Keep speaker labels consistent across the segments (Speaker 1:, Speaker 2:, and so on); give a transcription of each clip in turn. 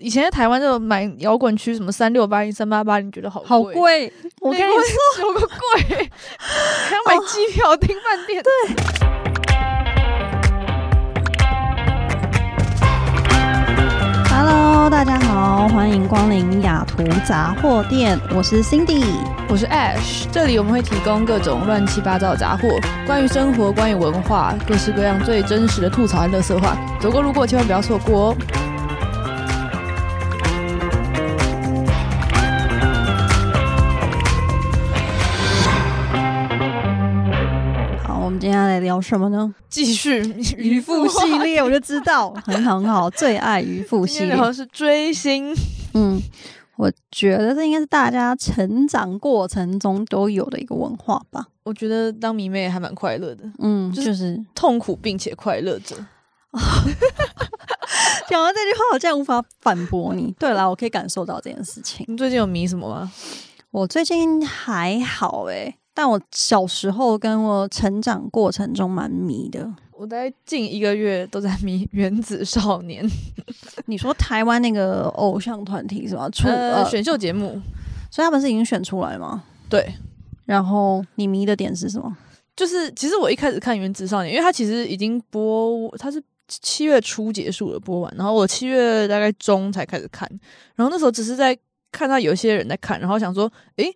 Speaker 1: 以前在台湾就买摇滚区什么三六八零、三八八零，觉得好
Speaker 2: 好
Speaker 1: 贵。
Speaker 2: 贵，
Speaker 1: 我跟你说，有个贵，还要
Speaker 2: 哦
Speaker 1: 买机票订饭店。对，
Speaker 2: Hello，大家好，欢迎光临雅图杂货店，我是 Cindy。
Speaker 1: 我是 Ash，这里我们会提供各种乱七八糟的杂货，关于生活，关于文化，各式各样最真实的吐槽和乐色话。走过路过千万不要错过哦。
Speaker 2: 好，我们今天要来聊什么呢？
Speaker 1: 继续
Speaker 2: 渔夫系列，我就知道，很好很好，最爱渔夫系
Speaker 1: 然后
Speaker 2: 列。
Speaker 1: 是追星，
Speaker 2: 嗯，我觉得这应该是大家成长过程中都有的一个文化吧。
Speaker 1: 我觉得当迷妹还蛮快乐的，
Speaker 2: 嗯，
Speaker 1: 就
Speaker 2: 就是是
Speaker 1: 痛苦并且快乐着。
Speaker 2: 讲完这句话，我竟然无法反驳你。对啦，我可以感受到这件事情。
Speaker 1: 你最近有迷什么吗？
Speaker 2: 我最近还好诶、但我小时候跟我成长过程中蛮迷的。
Speaker 1: 我大概近一个月都在迷《原子少年》
Speaker 2: 你说台湾那个偶像团体是吧？出呃
Speaker 1: 呃选秀节目，
Speaker 2: 所以他们是已经选出来了吗？
Speaker 1: 对，
Speaker 2: 然后你迷的点是什么？
Speaker 1: 就是其实我一开始看《原子少年》，因为它其实已经播，它是七月初结束了播完，然后我七月大概中才开始看，然后那时候只是在看到有些人在看，然后想说，诶，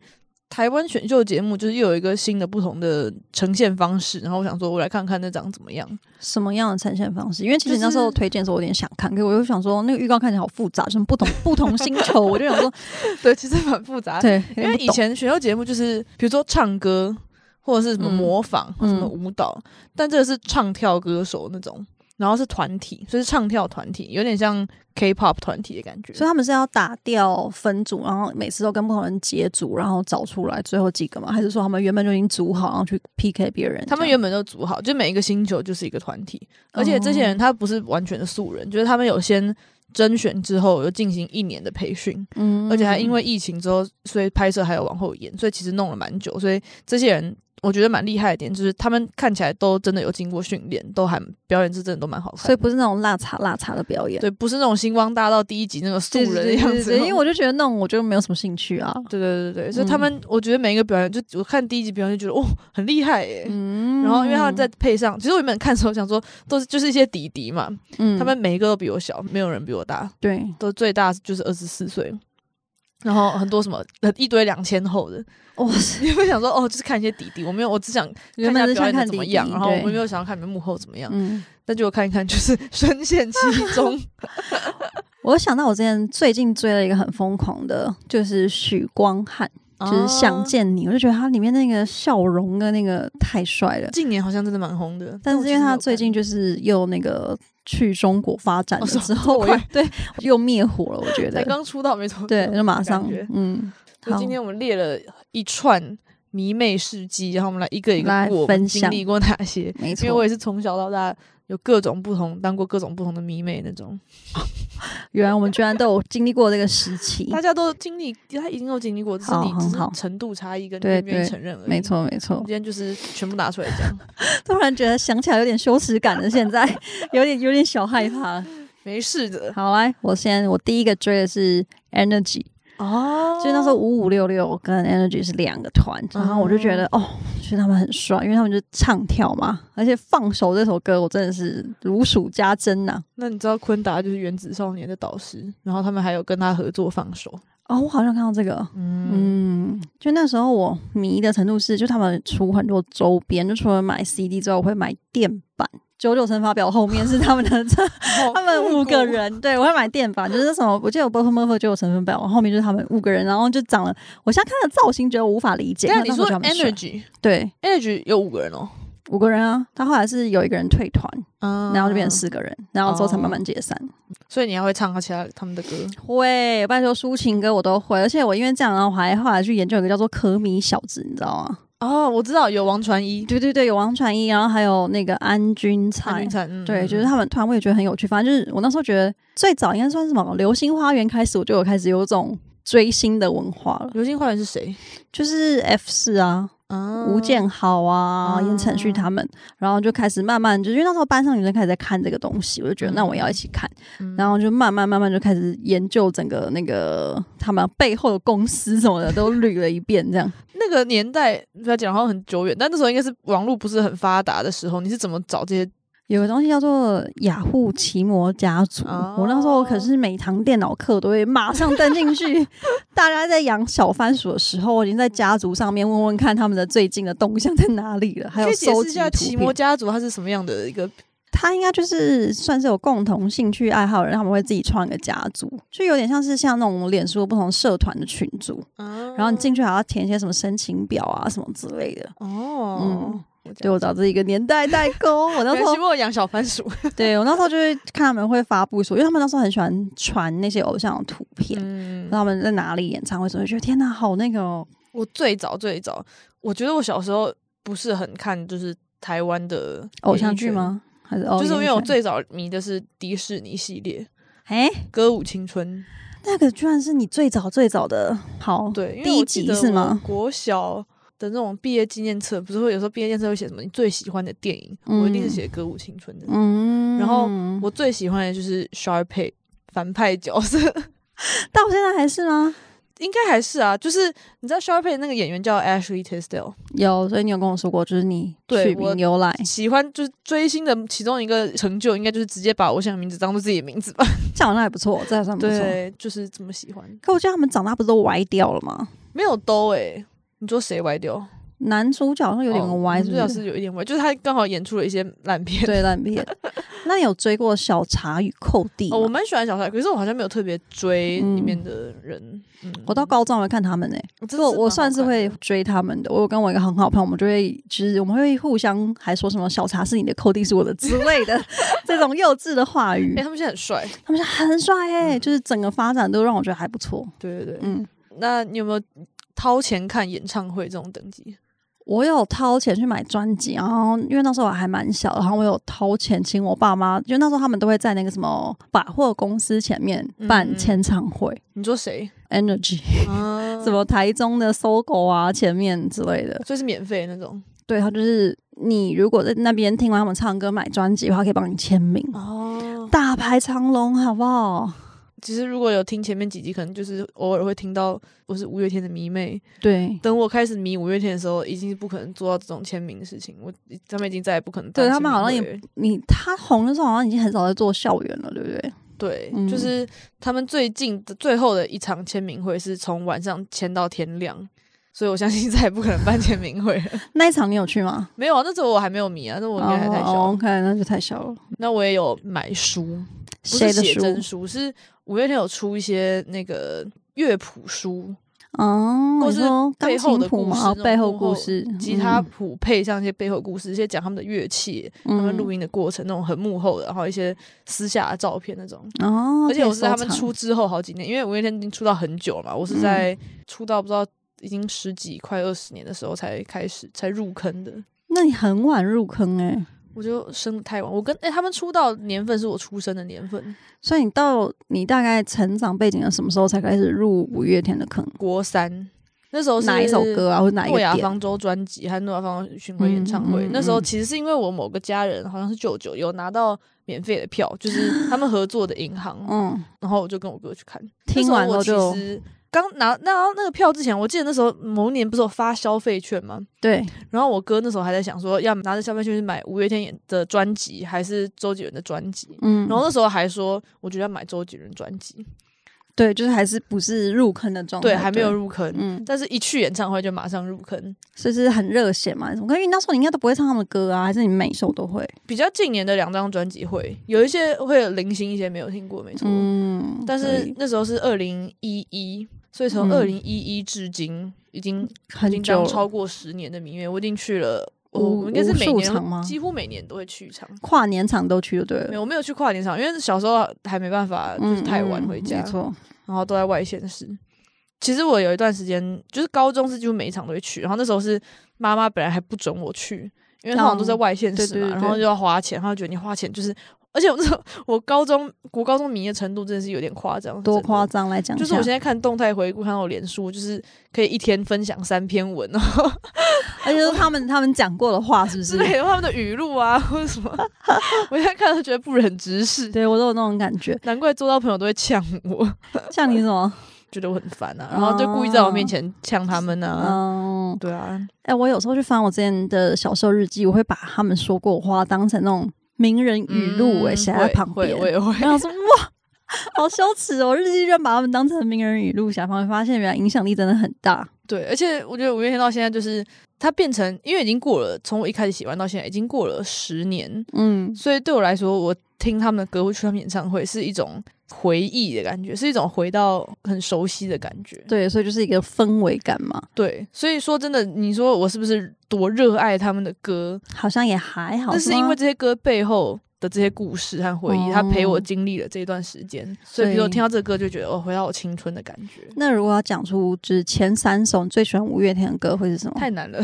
Speaker 1: 台湾选秀节目就是又有一个新的不同的呈现方式，然后我想说，我来看看那长怎么样。
Speaker 2: 什么样的呈现方式？因为其实
Speaker 1: 就
Speaker 2: 你
Speaker 1: 是
Speaker 2: 那时候推荐的时候，我有点想看，可是我又想说那个预告看起来好复杂，就是 不同不同星球，我就想 说，
Speaker 1: 对，其实蛮复杂的，
Speaker 2: 对，有
Speaker 1: 因
Speaker 2: 点
Speaker 1: 为
Speaker 2: 不
Speaker 1: 以
Speaker 2: 懂
Speaker 1: 前选秀节目就是比如说唱歌或者是什么
Speaker 2: 嗯
Speaker 1: 模仿、或什么
Speaker 2: 嗯
Speaker 1: 舞蹈，但这个是唱跳歌手那种，然后是团体，所以是唱跳团体，有点像 K-pop 团体的感觉。
Speaker 2: 所以他们是要打掉分组，然后每次都跟不同人结组，然后找出来最后几个吗？还是说他们原本就已经组好，然后去 PK 别人这样？
Speaker 1: 他们原本就组好，就每一个星球就是一个团体，而且这些
Speaker 2: 哦
Speaker 1: 人他不是完全的素人，就是他们有先甄选之后，有进行一年的培训，
Speaker 2: 嗯
Speaker 1: 而且还因为疫情之后，所以拍摄还有往后延，所以其实弄了蛮久。所以这些人我觉得蛮厉害的点，就是他们看起来都真的有经过训练，都还表演是真的都蛮好看
Speaker 2: 所以
Speaker 1: 的。
Speaker 2: 不是那种辣茶辣茶的表演，
Speaker 1: 对，不是那种星光大道第一集那个素
Speaker 2: 对，
Speaker 1: 人的样
Speaker 2: 对对
Speaker 1: 子
Speaker 2: 对
Speaker 1: 那
Speaker 2: 对
Speaker 1: 种，
Speaker 2: 因为我就觉得那种我就没有什么兴趣啊。
Speaker 1: 对对对对，所以他们、我觉得每一个表演，就我看第一集表演就觉得哦很厉害耶。
Speaker 2: 嗯
Speaker 1: 然后，因为他再配上，其实我原本看的时候想说，都是就是一些弟弟嘛，
Speaker 2: 嗯
Speaker 1: 他们每一个都比我小，没有人比我大，
Speaker 2: 对
Speaker 1: 都最大就是二十四岁，然后很多什么呃一堆两千后的，
Speaker 2: 哇 塞。
Speaker 1: 因为想说哦，就是看一些弟弟，我没有，我只想看
Speaker 2: 原本
Speaker 1: 一
Speaker 2: 是
Speaker 1: 下表
Speaker 2: 想
Speaker 1: 演
Speaker 2: 看
Speaker 1: 的怎么
Speaker 2: 弟弟
Speaker 1: 样，然后我
Speaker 2: 对
Speaker 1: 没有想要看你们幕后怎么样，
Speaker 2: 嗯，
Speaker 1: 但结果看一看，就是 深陷其中。
Speaker 2: 我想到我之前最近追了一个很疯狂的，就是许光汉，
Speaker 1: 哦
Speaker 2: 就是《想见你》，我就觉得他里面那个笑容跟那个太帅了。
Speaker 1: 近年好像真的蛮红的，
Speaker 2: 但
Speaker 1: 我
Speaker 2: 是
Speaker 1: 其
Speaker 2: 因为
Speaker 1: 实没
Speaker 2: 他
Speaker 1: 有
Speaker 2: 最
Speaker 1: 看
Speaker 2: 近就是又那个去中国发展了
Speaker 1: 哦是吗
Speaker 2: 之
Speaker 1: 这么
Speaker 2: 后，我
Speaker 1: 快
Speaker 2: 又对又灭火了，我觉
Speaker 1: 才
Speaker 2: 得。
Speaker 1: 刚出道没多久，
Speaker 2: 对，就马上
Speaker 1: 感觉
Speaker 2: 嗯，
Speaker 1: 就
Speaker 2: 好
Speaker 1: 今天我们列了一串迷妹事迹，然后我们来一个一个
Speaker 2: 来
Speaker 1: 过，我们
Speaker 2: 分
Speaker 1: 经
Speaker 2: 享
Speaker 1: 历过哪些？
Speaker 2: 没
Speaker 1: 因为我
Speaker 2: 错。
Speaker 1: 也是从小到大有各种不同，当过各种不同的迷妹那种，
Speaker 2: 原来我们居然都有经历过这个时 期，
Speaker 1: 大家都经历，他一定都经历过，只是
Speaker 2: 嗯好
Speaker 1: 你
Speaker 2: 很
Speaker 1: 只是
Speaker 2: 好
Speaker 1: 程度差异跟你
Speaker 2: 对
Speaker 1: 愿不愿意
Speaker 2: 对
Speaker 1: 承认而已。
Speaker 2: 没，错没
Speaker 1: 我
Speaker 2: 错
Speaker 1: 们。今天就是全部拿出来讲。
Speaker 2: 突然觉得想起来有点羞耻感了，现在有点有点小害怕。
Speaker 1: 没事 的
Speaker 2: 好来，我先我第一个追的是 Energy，
Speaker 1: 哦
Speaker 2: 就是那时候五五六六跟 Energy 是两个团，然后我就觉得哦，觉得他们很帅，因为他们就是唱跳嘛，而且放手这首歌我真的是如数家珍呐、
Speaker 1: 那你知道昆达就是原子少年的导师，然后他们还有跟他合作放手，
Speaker 2: 哦，我好像看到这个，
Speaker 1: 嗯，
Speaker 2: 嗯，就那时候我迷的程度是，就他们出很多周边，就除了买 CD 之后，我会买电版。九九乘法表后面是他们的
Speaker 1: 他
Speaker 2: 他们五个，人，对我会买电板，就是什么，我记得有 b u f f m u r p h 就有成分表，然后后面就是他们五个人，然后就长了，我现在看的造型觉得无法理解。
Speaker 1: 但
Speaker 2: 但
Speaker 1: 啊你说 energy
Speaker 2: 对
Speaker 1: energy 有五个人哦，
Speaker 2: 五个人啊，他后来是有一个人退团，
Speaker 1: 嗯哦
Speaker 2: 然后就变成，四个人，然后之后才慢慢解散。
Speaker 1: 所以你还会唱他其他他们的歌，
Speaker 2: 会，拜托抒情歌我都会，而且我因为这样，然后我还后来去研究一个叫做可米小子，你知道吗？
Speaker 1: 哦，我知道有王传一、
Speaker 2: 对对对，有王传一，然后还有那个安君
Speaker 1: 谭
Speaker 2: 菜
Speaker 1: 俊。灿，嗯
Speaker 2: 对，就是他们团，我也觉得很有趣。反正就是我那时候觉得最早应该算是什么《流星花园》开始，我就有开始有种追星的文化了。
Speaker 1: 流星花园是谁？
Speaker 2: 就是 F 四啊，
Speaker 1: 啊
Speaker 2: 吴建豪啊、
Speaker 1: 嗯
Speaker 2: 言承旭他们，然后就开始慢慢，就是因为那时候班上女生开始在看这个东西，我就觉得
Speaker 1: 嗯
Speaker 2: 那我也要一起看，
Speaker 1: 嗯
Speaker 2: 然后就慢慢慢慢就开始研究整个那个他们背后的公司什么的都捋了一遍，这样。
Speaker 1: 那个年代不要讲好像很久远，但那时候应该是网络不是很发达的时候，你是怎么找这些？
Speaker 2: 有个东西叫做雅虎奇摩家族，
Speaker 1: 哦
Speaker 2: 我那时候可是每堂电脑课都会马上登 进去。大家在养小番薯的时候，我已经在家族上面问问看他们的最近的动向在哪里了，还
Speaker 1: 可
Speaker 2: 有
Speaker 1: 以解
Speaker 2: 收
Speaker 1: 释
Speaker 2: 集
Speaker 1: 一下奇
Speaker 2: 图
Speaker 1: 摩
Speaker 2: 片。
Speaker 1: 家族它是什么样的一个？
Speaker 2: 他应该就是算是有共同兴趣爱好的人，他们会自己创一个家族，就有点像是像那种脸书不同社团的群组，
Speaker 1: 然
Speaker 2: 嗯然后你进去还要填一些什么申请表啊什么之类的。
Speaker 1: 哦
Speaker 2: 嗯，
Speaker 1: 我讲
Speaker 2: 对我找这一个年代代沟，我那
Speaker 1: 原
Speaker 2: 时
Speaker 1: 来
Speaker 2: 候
Speaker 1: 奇摩养小番 薯，
Speaker 2: 对我那时候就是看他们会发布说，因为他们那时候很喜欢传那些偶像的图片，
Speaker 1: 嗯
Speaker 2: 然后他们在哪里演唱会什么，就觉得天哪，好那个哦，
Speaker 1: 我最早最早，我觉得我小时候不是很看，就是台湾的
Speaker 2: 偶像剧？吗？还是哦，
Speaker 1: 就是因为我
Speaker 2: 演艺圈
Speaker 1: 最早迷的是迪士尼系列
Speaker 2: 哎、
Speaker 1: 《歌舞青春
Speaker 2: 那个居然是你最早最早的好》，
Speaker 1: 对，因为
Speaker 2: 第一
Speaker 1: 我记
Speaker 2: 集
Speaker 1: 得
Speaker 2: 是吗？
Speaker 1: 我国小的那种毕业纪念册，不是会有时候毕业纪念册会写什么你最喜欢的电影，我一定是
Speaker 2: 嗯
Speaker 1: 写《歌舞青春》的。
Speaker 2: 嗯，
Speaker 1: 然后我最喜欢的就是 Sharpay 反派角色，
Speaker 2: 到现在还是吗？
Speaker 1: 应该还是啊，就是你知道 Sharpay 那个演员叫 Ashley Tisdale，
Speaker 2: 有，所以你有跟我说过，就是你
Speaker 1: 对
Speaker 2: 取
Speaker 1: 我
Speaker 2: 名 由来，
Speaker 1: 喜欢就是追星的其中一个成就，应该就是直接把偶像的名字当做自己的名字 吧。
Speaker 2: 这好像还不错，这还算不错。
Speaker 1: 对，就是这么喜欢，
Speaker 2: 可我觉得他们长大不是都歪掉了吗？
Speaker 1: 没有兜诶、你说谁歪掉？
Speaker 2: 男主角好像有
Speaker 1: 哦
Speaker 2: 点歪，
Speaker 1: 男主
Speaker 2: 是不
Speaker 1: 角
Speaker 2: 是？
Speaker 1: 是有一点歪，就是他刚好演出了一些烂片。
Speaker 2: 对烂片。 那你有追过《小茶与寇弟》
Speaker 1: 哦，
Speaker 2: 吗
Speaker 1: 我蛮喜欢小帅，可是我好像没有特别追里面的人。嗯，
Speaker 2: 嗯我到高中还会看他们呢、
Speaker 1: 这
Speaker 2: 我我算是
Speaker 1: 欸
Speaker 2: 会追他们的。我有跟我一个很好朋友，我们就会就是我们会互相还说什么“小茶是你的，寇弟是我的”之类 的这种幼稚的话语
Speaker 1: 哎、诶。他们现在很帅。
Speaker 2: 他们是很帅哎、
Speaker 1: 嗯
Speaker 2: 就是整个发展都让我觉得还不错。
Speaker 1: 对对对，
Speaker 2: 嗯，
Speaker 1: 那你有没有掏钱看演唱会这种等级？
Speaker 2: 我有掏钱去买专辑，然后因为那时候我还蛮小，然后我有掏钱请我爸妈，就那时候他们都会在那个什么百货公司前面
Speaker 1: 嗯
Speaker 2: 办签唱会、
Speaker 1: 你说谁？
Speaker 2: e n e r g y
Speaker 1: 啊
Speaker 2: 什？么台中的搜狗啊前面之类的。
Speaker 1: 所以是免费的那种
Speaker 2: 对，他就是你如果在那边听完他们唱歌买专辑的话，可以帮你签名，
Speaker 1: 哦。
Speaker 2: 大排长龙，好不好？
Speaker 1: 其实如果有听前面几集，可能就是偶尔会听到我是五月天的迷妹。
Speaker 2: 对。
Speaker 1: 等我开始迷五月天的时候，已经是不可能做到这种签名的事情。我他们已经再也不可能办
Speaker 2: 对
Speaker 1: 签
Speaker 2: 他
Speaker 1: 名
Speaker 2: 们好
Speaker 1: 会了。
Speaker 2: 像也你他红的时候好像已经很少在做校园了，对不对？
Speaker 1: 对，
Speaker 2: 嗯
Speaker 1: 就是他们最近的最后的一场签名会是从晚上签到天亮，所以我相信再也不可能办签名会 了。
Speaker 2: 那一场你有去吗？
Speaker 1: 没有啊，那时候我还没有迷啊，那我应该还太小。
Speaker 2: 哦哦，OK，那就太小了。
Speaker 1: 那我也有买书，不
Speaker 2: 谁
Speaker 1: 是
Speaker 2: 的
Speaker 1: 写真书，
Speaker 2: 书？
Speaker 1: 是五月天有出一些那个乐谱书，
Speaker 2: 哦，
Speaker 1: 或
Speaker 2: 你
Speaker 1: 是
Speaker 2: 说
Speaker 1: 背
Speaker 2: 钢
Speaker 1: 后
Speaker 2: 琴
Speaker 1: 的故
Speaker 2: 谱
Speaker 1: 事
Speaker 2: 吗？哦
Speaker 1: 那
Speaker 2: 背
Speaker 1: 种
Speaker 2: 后
Speaker 1: 幕
Speaker 2: 故
Speaker 1: 后
Speaker 2: 事，
Speaker 1: 吉他
Speaker 2: 嗯
Speaker 1: 谱配上一些背后故事，一些讲他们的乐器，他们录
Speaker 2: 音
Speaker 1: 音的过程那种很幕后的，然后一些私下的照片那种。而
Speaker 2: 哦，
Speaker 1: 且
Speaker 2: 可以
Speaker 1: 我是他
Speaker 2: 收
Speaker 1: 们
Speaker 2: 藏嗯
Speaker 1: 出之后好几年，因为五月天已经出道很久了嘛，我是在出道不知道已经十几快二十年的时候才开始才入坑的。
Speaker 2: 那你很晚入坑哎、
Speaker 1: 我就生得太晚，我跟哎、他们出道年份是我出生的年份，
Speaker 2: 所以你到你大概成长背景的什么时候才开始入五月天的坑？
Speaker 1: 国三那时候是
Speaker 2: 哪一首歌啊，或者哪一个
Speaker 1: 诺亚
Speaker 2: 点？
Speaker 1: 方舟专辑和诺亚方舟巡回演唱会，
Speaker 2: 嗯嗯嗯
Speaker 1: 那时候其实是因为我某个家人好像是舅舅有拿到免费的票，就是他们合作的银行，
Speaker 2: 嗯，
Speaker 1: 然后我就跟我哥去看。
Speaker 2: 听完
Speaker 1: 那
Speaker 2: 后
Speaker 1: 时候
Speaker 2: 就
Speaker 1: 我其实刚拿拿到那个票之前，我记得那时候某年不是有发消费券吗？
Speaker 2: 对，
Speaker 1: 然后我哥那时候还在想说，要拿着消费券去买五月天演的专辑，还是周杰伦的专辑。
Speaker 2: 嗯，
Speaker 1: 然后那时候还说，我觉得要买周杰伦专辑，
Speaker 2: 对，就是还是不是入坑的状态，
Speaker 1: 对，还没有，入坑，
Speaker 2: 哦嗯，
Speaker 1: 但是一去演唱会就马上入坑。
Speaker 2: 所以是很热血嘛，怎么？因为那时候你应该都不会唱他们的歌啊，还是你每一首都会？
Speaker 1: 比较近年的两张专辑会有一些会有零星一些没有听过，没错。
Speaker 2: 嗯，
Speaker 1: 但
Speaker 2: 所
Speaker 1: 是
Speaker 2: 以
Speaker 1: 那时候是二零一一，所以从
Speaker 2: 嗯
Speaker 1: 二零一一至今已经已经
Speaker 2: 很久
Speaker 1: 当
Speaker 2: 了
Speaker 1: 超过十年的名月，我已经去了，
Speaker 2: 无
Speaker 1: 我应该是每
Speaker 2: 无数
Speaker 1: 年
Speaker 2: 场吗
Speaker 1: 几乎每年都会去一场。
Speaker 2: 跨年场都去就对
Speaker 1: 没
Speaker 2: 了，
Speaker 1: 有，我没有去跨年场，因为小时候还没办法，就是太晚回家，
Speaker 2: 嗯没错，
Speaker 1: 然后都在外县市。其实我有一段时间，就是高中是几乎每一场都会去，然后那时候是妈妈本来还不准我去，因为她好像都在外县市嘛，
Speaker 2: 哦对对对
Speaker 1: 然后就要花钱，她就觉得你花钱就是而且我那时候我高中国高中迷的程度真的是有点夸张，
Speaker 2: 多夸
Speaker 1: 张！
Speaker 2: 张来讲一下，
Speaker 1: 就是我现在看动态回顾，看到我脸书，就是可以一天分享三篇文，然后
Speaker 2: 嗯而且是他们他们讲过的话，是不
Speaker 1: 之
Speaker 2: 是？
Speaker 1: 类的他们的语录啊，或者什么，我现在看都觉得不忍直视。
Speaker 2: 对我都有那种感觉。
Speaker 1: 难怪做到朋友都会呛我，
Speaker 2: 像你什么？
Speaker 1: 觉得我很烦啊，然后就故意在我面前呛他们 啊。
Speaker 2: 嗯，
Speaker 1: 对啊，
Speaker 2: 哎、我有时候去翻我之前的小时候日记，我会把他们说过的话当成那种名人语录、哎、
Speaker 1: 嗯
Speaker 2: 写
Speaker 1: 会
Speaker 2: 在旁
Speaker 1: 会
Speaker 2: 边。
Speaker 1: 我也会。
Speaker 2: 然后说哇，好羞耻哦！日记居然把他们当成名人语录，想方发现原来影响力真的很大。
Speaker 1: 对，而且我觉得五月天到现在就是它变成，因为已经过了，从我一开始喜欢到现在已经过了十年，
Speaker 2: 嗯，
Speaker 1: 所以对我来说，我听他们的歌或去他们演唱会是一种回忆的感觉，是一种回到很熟悉的感觉。
Speaker 2: 对，所以就是一个氛围感嘛，
Speaker 1: 对，所以说真的，你说我是不是多热爱他们的歌？
Speaker 2: 好像也还好。
Speaker 1: 那是因
Speaker 2: 吗
Speaker 1: 为这些歌背后。的这些故事和回忆，
Speaker 2: 哦
Speaker 1: 它陪我经历了这一段时间，所以比如
Speaker 2: 所以嗯
Speaker 1: 我听到这个歌，就觉得哦，回到我青春的感觉，
Speaker 2: 那如果要讲出就是前三首你最喜欢五月天的歌会是什么？
Speaker 1: 太难了。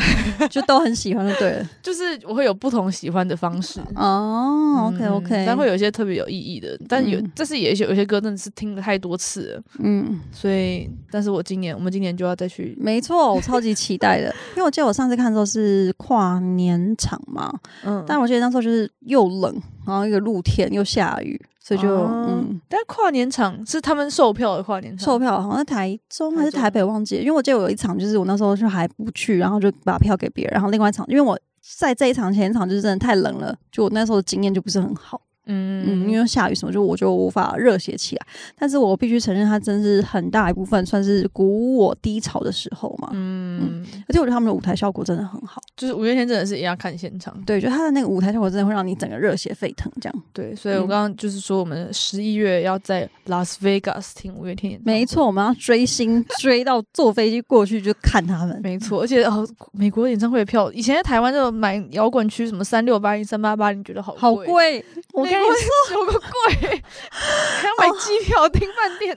Speaker 2: 就都很喜欢就 对了。
Speaker 1: 就是我会有不同喜欢的方式，
Speaker 2: 哦，OK
Speaker 1: 嗯
Speaker 2: OK，
Speaker 1: 但会有一些特别有意义的，但有，
Speaker 2: 嗯
Speaker 1: 但是也有有些歌真的是听了太多次了，
Speaker 2: 嗯，
Speaker 1: 所以，但是我今年，我们今年就要再去，
Speaker 2: 没错，我超级期待的，因为我记得我上次看的时候是跨年场嘛，
Speaker 1: 嗯，但
Speaker 2: 但我记得那时候就是又冷，然后又露天又下雨，所以就、
Speaker 1: 哦
Speaker 2: 嗯，
Speaker 1: 但跨年场是他们售票的跨年场，
Speaker 2: 售票好像在台中还是台北忘记了，因为我记得我有一场就是我那时候就还不去，然后就把票给别人，然后另外一场因为我。在这一场前一场就是真的太冷了，就我那时候的经验就不是很好。嗯，
Speaker 1: 嗯，
Speaker 2: 因为下雨什么，就我就无法热血起来。但是我必须承认，它真是很大一部分算是鼓舞我低潮的时候嘛。
Speaker 1: 嗯，
Speaker 2: 而且我觉得他们的舞台效果真的很好，
Speaker 1: 就是五月天真的是一定要看现场，
Speaker 2: 对，就他的那个舞台效果真的会让你整个热血沸腾。这样
Speaker 1: 对，所以我
Speaker 2: 嗯
Speaker 1: 刚刚就是说，我们十一月要在 Las Vegas 听五月天演唱会
Speaker 2: 没，错，我们要追星追到坐飞机过去就看他们。
Speaker 1: 没错，而且哦，美国演唱会的票，以前在台湾就买摇滚区什么三六八零、三八八零，觉得好
Speaker 2: 好贵！ 我跟你说，哦
Speaker 1: 说，有个贵，还要买机票订饭店，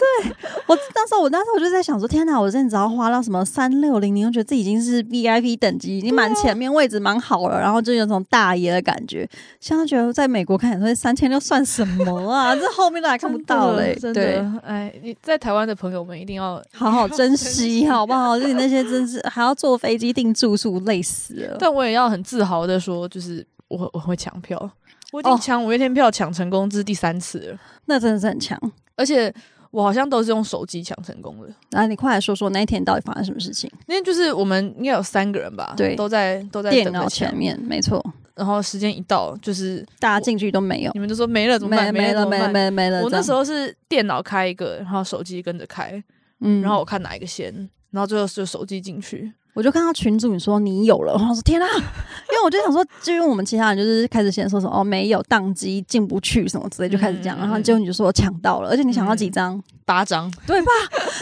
Speaker 2: 我那时候我那时候我就在想说，天哪！我真的只要花到什么三六零零，我觉得自己已经是 VIP 等级，已经蛮
Speaker 1: 啊
Speaker 2: 前面位置蛮好了，然后就有种大爷的感觉。现在觉得在美国看演唱会三千六算什么啊？这后 面都还看不到嘞、
Speaker 1: 真的
Speaker 2: 对，
Speaker 1: 真的，哎，你在台湾的朋友们一定要。
Speaker 2: 好好珍惜好不好？就你那些真是还要坐飞机订住宿，累死了。
Speaker 1: 但我也要很自豪的说，就是我我会抢票，我已经
Speaker 2: 哦
Speaker 1: 抢五月天票抢成功，这是第三次了，
Speaker 2: 那真的是很强。
Speaker 1: 而且我好像都是用手机抢成功的。
Speaker 2: 来，啊你快来说说那一天到底发生什么事情？
Speaker 1: 因为就是我们应该有三个人吧，
Speaker 2: 对
Speaker 1: 都在都在
Speaker 2: 电
Speaker 1: 等着
Speaker 2: 脑
Speaker 1: 抢
Speaker 2: 前，面，没错，
Speaker 1: 然后时间一到，就是
Speaker 2: 大家进去都没有，
Speaker 1: 你们就说没了怎么
Speaker 2: 没
Speaker 1: 办？
Speaker 2: 没
Speaker 1: 了
Speaker 2: 了，没了，
Speaker 1: 怎么办
Speaker 2: 没了，没了。
Speaker 1: 我那时
Speaker 2: 候，
Speaker 1: 候是电脑开一个，然后手机跟着开，
Speaker 2: 嗯
Speaker 1: 然后我看哪一个先，然后最后就手机进去，
Speaker 2: 我就看到群主你说你有了，然后说天啊，因为我就想说，就因为我们其他人就是开始先说什么哦没有宕机进不去什么之类，就开始讲，
Speaker 1: 嗯
Speaker 2: 然后结果你就说我抢到了，而且你抢到几张？
Speaker 1: 八张，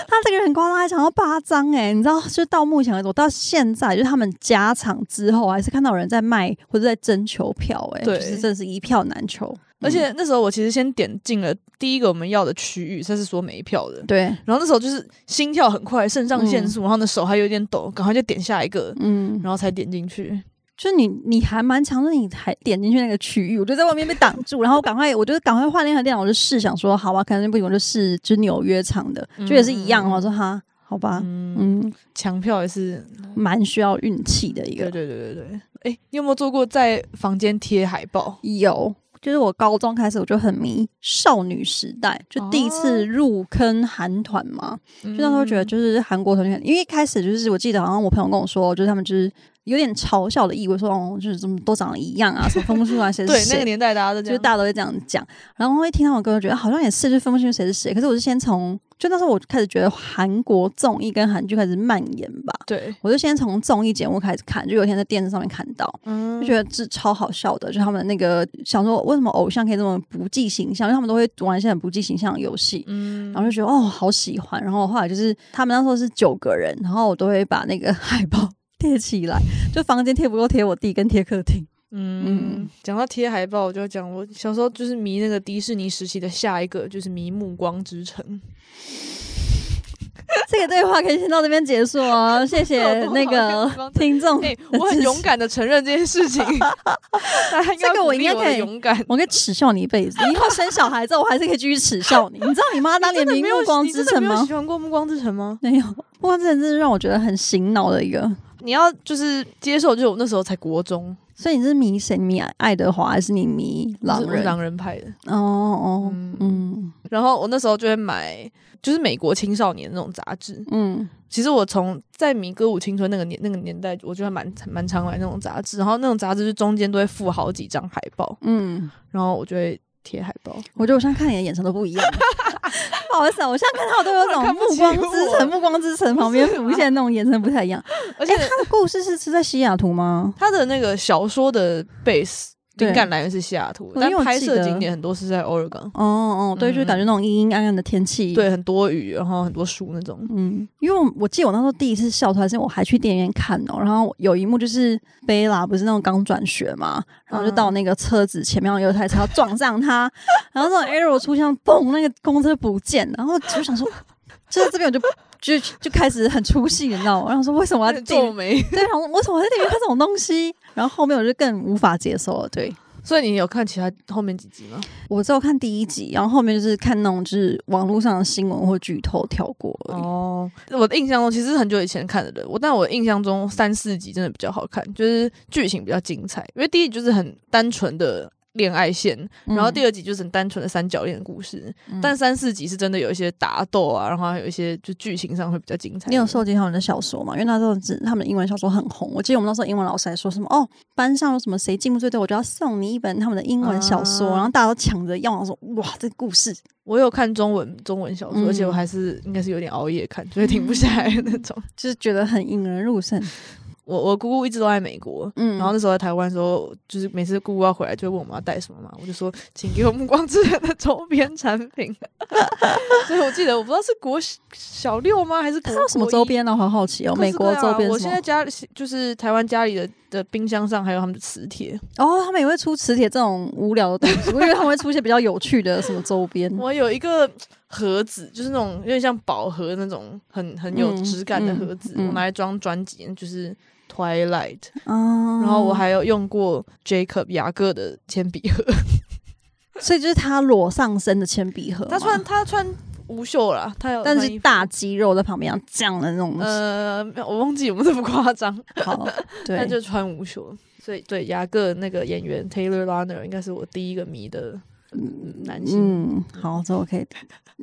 Speaker 2: 他这个人夸张，还抢到八张哎、你知道，就到目前为止，我到现在就是他们加场之后，还是看到有人在卖或者在征求票哎、
Speaker 1: 对
Speaker 2: 就是真的是一票难求，
Speaker 1: 而
Speaker 2: 嗯
Speaker 1: 且那时候我其实先点进了第一个我们要的区域，他是说没票的。
Speaker 2: 嗯对，
Speaker 1: 然后那时候就是心跳很快，肾上腺素，然后呢手还有点抖，赶快就点下一个，
Speaker 2: 嗯，
Speaker 1: 然后才点进去。
Speaker 2: 就是你你还蛮强的，你还点进去那个区域，我就在外面被挡住，然后我赶快，我就赶快换另一台电脑，我就试想说，好吧，可能不行，我就试就纽约场的，就也是一样，哦
Speaker 1: 嗯
Speaker 2: 我说哈，好吧，
Speaker 1: 嗯，
Speaker 2: 嗯，
Speaker 1: 抢票也是，
Speaker 2: 蛮需要运气的一
Speaker 1: 对
Speaker 2: 个，
Speaker 1: 对对对对。哎，你有没有做过在房间贴海报？
Speaker 2: 有。就是我高中开始我就很迷少女时代，就第一
Speaker 1: 哦
Speaker 2: 次
Speaker 1: 嗯
Speaker 2: 入坑韩团嘛，
Speaker 1: 就
Speaker 2: 就那时候觉得就是韩国团体很，因为一开始就是我记得好像我朋友跟我说，就是他们就是有点嘲笑的意味，说哦，就是怎么都长得一样啊，什么分不出来谁是
Speaker 1: 对那个
Speaker 2: 谁。
Speaker 1: 年代大家都这
Speaker 2: 就是
Speaker 1: 样，
Speaker 2: 大家都会这样讲，然后会听到我歌，觉得好像也是，就分不清谁是谁。可是我是先从，就那时候我就开始觉得韩国综艺跟韩剧开始蔓延吧，
Speaker 1: 对，
Speaker 2: 我就先从综艺节目开始看，就有一天在电视上面看到，
Speaker 1: 嗯
Speaker 2: 就觉得这超好笑的，就他们那个想说为什么偶像可以这么不计形象，因为他们都会玩一些很不计形象的游戏，
Speaker 1: 嗯
Speaker 2: 然后就觉得哦，好喜欢。然后后来就是他们那时候是九个人，然后我都会把那个 海报贴起来，就房间贴不够贴我弟跟贴客厅。
Speaker 1: 嗯，讲到贴海报，我就讲我小时候就是迷那个迪士尼时期的下一个，就是迷《暮光之城》。
Speaker 2: 这这个对话可以先到这边结束 哦，谢谢那个听众。
Speaker 1: 哎、我很勇敢的承认这件事 情，大家
Speaker 2: 这个我
Speaker 1: 我
Speaker 2: 应该可以
Speaker 1: 勇敢。
Speaker 2: 我可以耻笑你一辈子， 以后生小孩之后我还是可以继续耻笑你。你知道你妈当年
Speaker 1: 你
Speaker 2: 名
Speaker 1: 没有
Speaker 2: 目哎光
Speaker 1: 你
Speaker 2: 之
Speaker 1: 真的
Speaker 2: 城
Speaker 1: 没有
Speaker 2: 吗？
Speaker 1: 喜欢过《暮光之城》吗？
Speaker 2: 没有，目光之城真是让我觉得很醒脑的一个。
Speaker 1: 你要就是接受，就是我那时候才国中，
Speaker 2: 所以你是迷谁？你迷爱德华还是你迷狼
Speaker 1: 我是
Speaker 2: 人？
Speaker 1: 狼人派的。
Speaker 2: 哦哦，
Speaker 1: 嗯
Speaker 2: 嗯
Speaker 1: 然后我那时候就会买，就是美国青少年那种杂志。
Speaker 2: 嗯
Speaker 1: 其实我从在迷歌舞青春那个年那个年代，我觉得蛮蛮常买那种杂志。然后那种杂志就中间都会附好几张海报，
Speaker 2: 嗯，
Speaker 1: 然后我就会贴海报。
Speaker 2: 我觉得我现在看你的眼神都不 一样了。不好意思啊，我现在看到都有种
Speaker 1: 看不
Speaker 2: 目
Speaker 1: 起
Speaker 2: 光之
Speaker 1: 我啊
Speaker 2: 城，目光之城旁边浮现那种眼神不太一样。 哎
Speaker 1: 而且
Speaker 2: 他的故事是是在西雅图吗？
Speaker 1: 他的那个小说的 base
Speaker 2: 对
Speaker 1: 灵感来源是西雅图，
Speaker 2: 我
Speaker 1: 但
Speaker 2: 因为我
Speaker 1: 拍
Speaker 2: 记
Speaker 1: 摄
Speaker 2: 得
Speaker 1: 景点很多是在 Oregon，
Speaker 2: 哦哦，对，就是感觉那种阴阴暗暗的天气。，
Speaker 1: 对，很多雨，然后很多树那 种。
Speaker 2: 嗯，因为我我记得我那时候第一次笑出来，是我还去电影院看哦、然后有一幕就是贝拉不是那种刚转学嘛，然后就到那个车子前面，然后有一台车要撞上他， 然后那种 arrow 出现，嘣，那个公车不见，然后我就想说， 就是这边我就就就开始很出戏，你知道吗？然后说为什么我要在电
Speaker 1: 皱
Speaker 2: 影
Speaker 1: 眉，
Speaker 2: 对，然后为什么我在电影院看这种东西？然后后面我就更无法接受了，对。
Speaker 1: 所以你有看其他后面几集吗？
Speaker 2: 我只有看第一集，然后后面就是看那种就是网络上的新闻或剧透跳过而已。
Speaker 1: 哦，我的印象中其实是很久以前看的了，我但我印象中三四集真的比较好看，就是剧情比较精彩，因为第一集就是很单纯的恋爱线，然后第二集就是很单纯的三角恋的故事，
Speaker 2: 嗯
Speaker 1: 但三四集是真的有一些打斗啊，然后还有一些就剧情上会比较精彩。
Speaker 2: 你有收集他们的小说吗？因为那时候只他们的英文小说很红，我记得我们那时候英文老师还说什么哦，班上有什么谁进步最多，我就要送你一本他们的英文小说，
Speaker 1: 啊
Speaker 2: 然后大家都抢着要，我说哇，这故事
Speaker 1: 我有看中文中文小说，
Speaker 2: 嗯嗯
Speaker 1: 而且我还是应该是有点熬夜看，就是停不下来的那种。
Speaker 2: 就是觉得很引人入胜。
Speaker 1: 我我姑姑一直都在美国，
Speaker 2: 嗯，
Speaker 1: 然后那时候在台湾的时候，就是每次姑姑要回来就会问我们要带什么嘛，我就说请给我《暮光之城》的周边产 品。所以我记得我不知道是国小小六吗，还是国
Speaker 2: 他有什么周？边呢？我好好奇哦，
Speaker 1: 国一
Speaker 2: 美国
Speaker 1: 各
Speaker 2: 周边
Speaker 1: 式各样啊我
Speaker 2: 什
Speaker 1: 现
Speaker 2: 么
Speaker 1: 在？家里就是台湾家里的的冰箱上还有他们的磁铁，
Speaker 2: 哦，他们也会出磁铁这种无聊的东西，我以为他们会出一些比较有趣的什么周边。
Speaker 1: 我有一个盒子，就是那种有点像宝盒那种很很有
Speaker 2: 嗯
Speaker 1: 质感的盒子，
Speaker 2: 嗯嗯
Speaker 1: 我拿来装专辑，就是 Twilight。
Speaker 2: 嗯，
Speaker 1: 然后我还有用过 Jacob 雅各的铅笔 盒，
Speaker 2: 所以就是他裸上身的铅笔盒嘛，
Speaker 1: 他穿 他穿无袖啦，他有
Speaker 2: 但
Speaker 1: 穿衣
Speaker 2: 是
Speaker 1: 服
Speaker 2: 大肌肉在旁边要这样的那种，
Speaker 1: 呃，没有我忘记有没有这么夸张，
Speaker 2: 好，对
Speaker 1: 但，就穿无袖。所以对雅各那个演员 Taylor Lautner 应该是我第一个迷的嗯男星。
Speaker 2: 嗯，好，这我可以，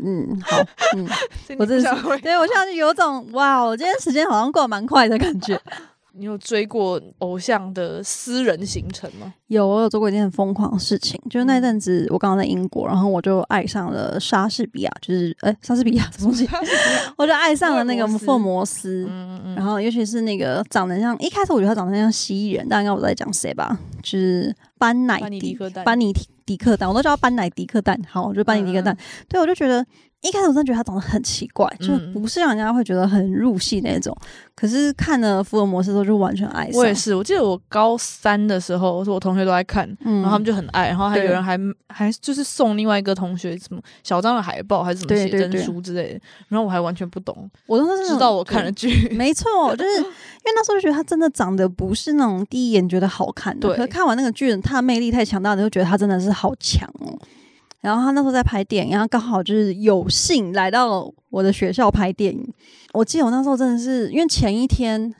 Speaker 2: 嗯，好，嗯，
Speaker 1: 所以你
Speaker 2: 我真
Speaker 1: 不
Speaker 2: 是
Speaker 1: 想回
Speaker 2: 对我现在就有种哇，我今天时间好像过得蛮快的感觉。
Speaker 1: 你有追过偶像的私人行程吗？
Speaker 2: 有，我有做过一件很疯狂的事情，就是那阵子我刚刚在英国，然后我就爱上了莎士比亚，就是哎、 莎士比亚什么东西，我就爱上了那个
Speaker 1: 福尔
Speaker 2: 福
Speaker 1: 摩
Speaker 2: 摩斯。
Speaker 1: 嗯嗯
Speaker 2: 然后，尤其是那个长得像，一开始我觉得他长得像蜥蜴人，大家应该我在讲谁吧？就是班乃
Speaker 1: 班尼迪克蛋
Speaker 2: 班尼迪迪克蛋，我都叫他班乃迪克蛋。好，就班尼迪克蛋。对，我就觉得一开始我真的觉得他长得很奇怪，就是
Speaker 1: 嗯
Speaker 2: 不是让人家会觉得很入戏那种。可是看了福尔摩斯之后，就完全爱上。
Speaker 1: 我也是，我记得我高三的时候，是我同学都在看，
Speaker 2: 嗯
Speaker 1: 然后他们就很爱，然后还有
Speaker 2: 对
Speaker 1: 人还还就是送另外一个同学什么小张的海报还是什么
Speaker 2: 对
Speaker 1: 写
Speaker 2: 对
Speaker 1: 真
Speaker 2: 对
Speaker 1: 书之类的，然后我还完全不懂，
Speaker 2: 我当时是
Speaker 1: 直到我看了。剧，
Speaker 2: 没错，就是因为那时候就觉得他真的长得不是那种第一眼觉得好看的，
Speaker 1: 对
Speaker 2: 可是看完那个巨人，他的魅力太强大了，就觉得他真的是好强哦。然后他那时候在拍电影，然后刚好就是有幸来到我的学校拍电影。我记得我那时候真的是，因为前一天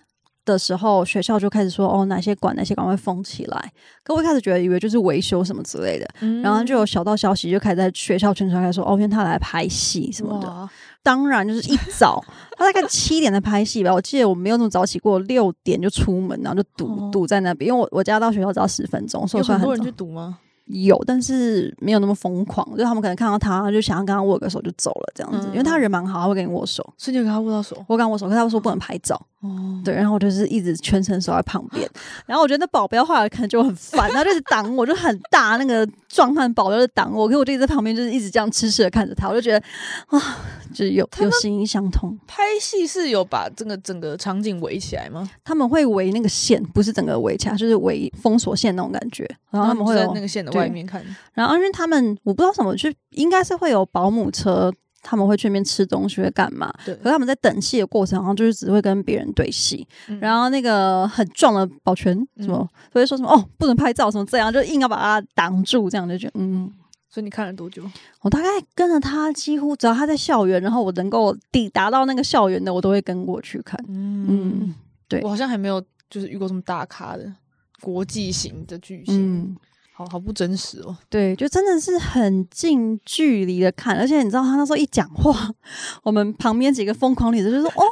Speaker 2: 的时候，学校就开始说哦哪些馆哪些馆会封起来，可我一开始觉得以为就是维修什么之类的，
Speaker 1: 嗯
Speaker 2: 然后就有小道消息就开始在学校群传开始说哦，因为他来拍戏什么的。
Speaker 1: 哇
Speaker 2: 当然就是一早， 他大概七点才拍戏吧。我记得我没有那么早起过，六点就出门，然后就堵、
Speaker 1: 哦
Speaker 2: 堵在那边。因为我我家到学校只要十分钟，所以
Speaker 1: 有
Speaker 2: 我算
Speaker 1: 很
Speaker 2: 很
Speaker 1: 多人
Speaker 2: 早
Speaker 1: 去读吗？
Speaker 2: 有，但是没有那么疯狂。就他们可能看到他，就想要跟他握个手就走了这样子。
Speaker 1: 嗯
Speaker 2: 因为他人蛮好，他会跟你握手，
Speaker 1: 所以你有跟他握到手？
Speaker 2: 我跟他握手，可是他说不能拍照。
Speaker 1: 哦，
Speaker 2: 对，然后我就是一直全程守在旁边， 然后我觉得那保镖后来可能就很烦，他就是挡我，就很大那个壮汉保镖就挡我，可是我就一直在旁边就是一直这样痴痴的看着他，我就觉得啊，就是有有心意相通。
Speaker 1: 拍戏是有把这个整个场景围起来吗？
Speaker 2: 他们会围那个线，不是整个围起来，就是围封锁线那种感觉。然后他们会
Speaker 1: 哦就在
Speaker 2: 有，
Speaker 1: 那个线的
Speaker 2: 对
Speaker 1: 外面看，
Speaker 2: 然后因为他们我不知道什么，就应该是会有保姆车他们会去那边吃东西，会干嘛？
Speaker 1: 对
Speaker 2: 可是他们在等戏的过程，好像就是只会跟别人对戏，
Speaker 1: 嗯
Speaker 2: 然后那个很壮的保全什么，所以说什么哦不能拍照什么这样，就硬要把他挡住，这样就觉得嗯，
Speaker 1: 所以你看了多久？
Speaker 2: 我大概跟着他，几乎只要他在校园，然后我能够抵达到那个校园的，我都会跟过去看。嗯
Speaker 1: 嗯，
Speaker 2: 对
Speaker 1: 我好像还没有就是遇过这么大咖的国际型的巨星，
Speaker 2: 嗯，
Speaker 1: 好好不真实哦。
Speaker 2: 对，就真的是很近距离的看，而且你知道他那时候一讲话，我们旁边几个疯狂女的就说哦。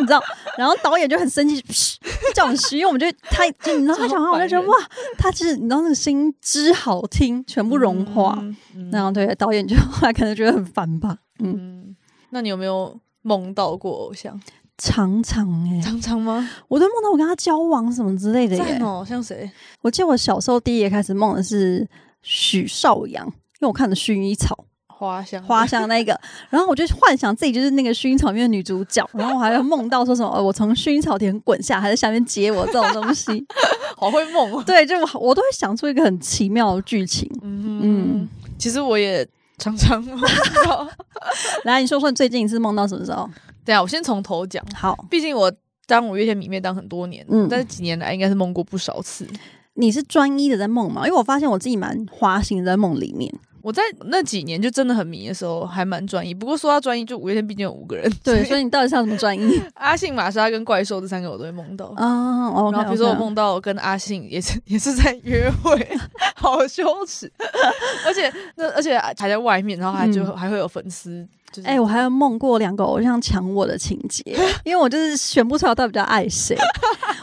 Speaker 2: 你知道，然后导演就很生气，噗叫我们虚，因为我们就他，就你知道他讲话，我就觉得哇，他就是你知道那个声音之好听，全部融化。
Speaker 1: 嗯，嗯
Speaker 2: 然后对导演就 后来可能觉得很烦吧，嗯，
Speaker 1: 嗯，那你有没有梦到过偶像？
Speaker 2: 常常 哎、
Speaker 1: 常常吗？
Speaker 2: 我都梦到我跟他交往什么之类的耶，
Speaker 1: 赞哦，像谁？
Speaker 2: 我记得我小时候第一眼开始梦的是许绍洋，因为我看的《薰衣草
Speaker 1: 花香，》
Speaker 2: 花香那个，然后我就幻想自己就是那个薰衣草里面的女主角，然后我还有梦到说什么、呃我从薰衣草田滚下，还在下面接我这种东 西。
Speaker 1: 好会梦哦。
Speaker 2: 对，就我我都会想出一个很奇妙的剧情。
Speaker 1: 嗯，其实我也常常梦到。
Speaker 2: 来，你说说你最近一次梦到什么时候？
Speaker 1: 对啊，我先从头讲，
Speaker 2: 好，
Speaker 1: 毕竟我。当五月天迷妹当很多年，
Speaker 2: 嗯
Speaker 1: 但是几年来应该是梦过不少次。
Speaker 2: 你是专一的在梦吗？因为我发现我自己蛮花心的在梦里面。
Speaker 1: 我在那几年就真的很迷的时候，还蛮专一。不过说到专一，就五月天毕竟有五个人，
Speaker 2: 对，所以你到底是要怎么 专一
Speaker 1: 阿信、玛莎跟怪兽这三个我都会梦到。
Speaker 2: 啊？哦，
Speaker 1: 然后比如说我梦到我跟阿信也是也是在约会， 好羞耻， 而且那而且还在外面，然后还就、
Speaker 2: 嗯
Speaker 1: 还会有粉丝，就是、
Speaker 2: 哎、我还有梦过两个偶像抢我的情 节，因为我就是选不出来我到底比较爱 谁。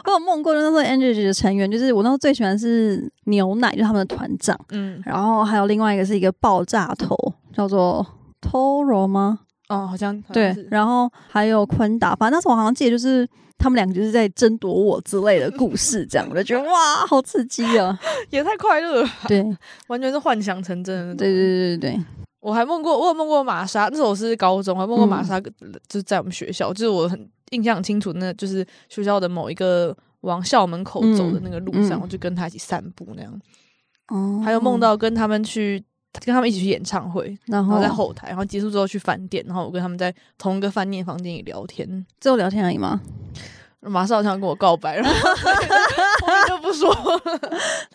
Speaker 2: 我有梦过，就那时候 Energy 的成员，就是我那时候最喜欢是牛奶，就是他们的团长，
Speaker 1: 嗯
Speaker 2: 然后还有另外一个是一个爆炸头，叫做 Toro 吗？
Speaker 1: 哦好像
Speaker 2: 对
Speaker 1: 好像是，
Speaker 2: 然后还有坤达，反正那时候我好像记得就是他们两个就是在争夺我之类的故事，这样我就觉得哇，好刺激 啊！
Speaker 1: 也太快乐了，
Speaker 2: 对
Speaker 1: 完全是幻想成真的那种。
Speaker 2: 对对对对
Speaker 1: 我还梦过，我有梦过玛莎，那时候我是高中，还梦过
Speaker 2: 嗯
Speaker 1: 玛莎，就是在我们学校，就是我很印象很清楚，那就是学校的某一个往校门口走的那个路上，
Speaker 2: 嗯嗯
Speaker 1: 我就跟她一起散步那样。
Speaker 2: 哦
Speaker 1: 还有梦，到跟他们去，跟他们一起去演唱会，
Speaker 2: 然
Speaker 1: 然
Speaker 2: 后
Speaker 1: 后在后台，然后结束之后去饭店，然后我跟他们在同一个饭店房间里聊天。
Speaker 2: 最后聊天而已 吗？
Speaker 1: 马上好像跟我告白，然后 后面就不说了。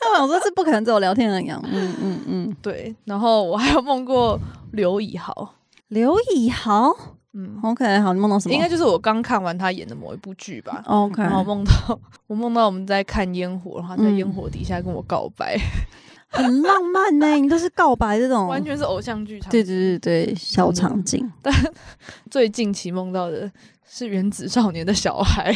Speaker 2: 那我想说，这不可能只有聊天而已啊。嗯嗯嗯，
Speaker 1: 对，然后我还有梦过刘以豪，
Speaker 2: 刘以豪
Speaker 1: 嗯，
Speaker 2: ，OK，好，你梦到什么？
Speaker 1: 应该就是我刚看完他演的某一部剧吧。
Speaker 2: OK。
Speaker 1: 然后梦到我梦到我们在看烟火，然后他在
Speaker 2: 嗯
Speaker 1: 烟火底下跟我告白，
Speaker 2: 很浪漫呢、你都是告白这种，
Speaker 1: 完全是偶像剧场。
Speaker 2: 哦对对对对，小场景。
Speaker 1: 最近期梦到的是原子少年的小孩，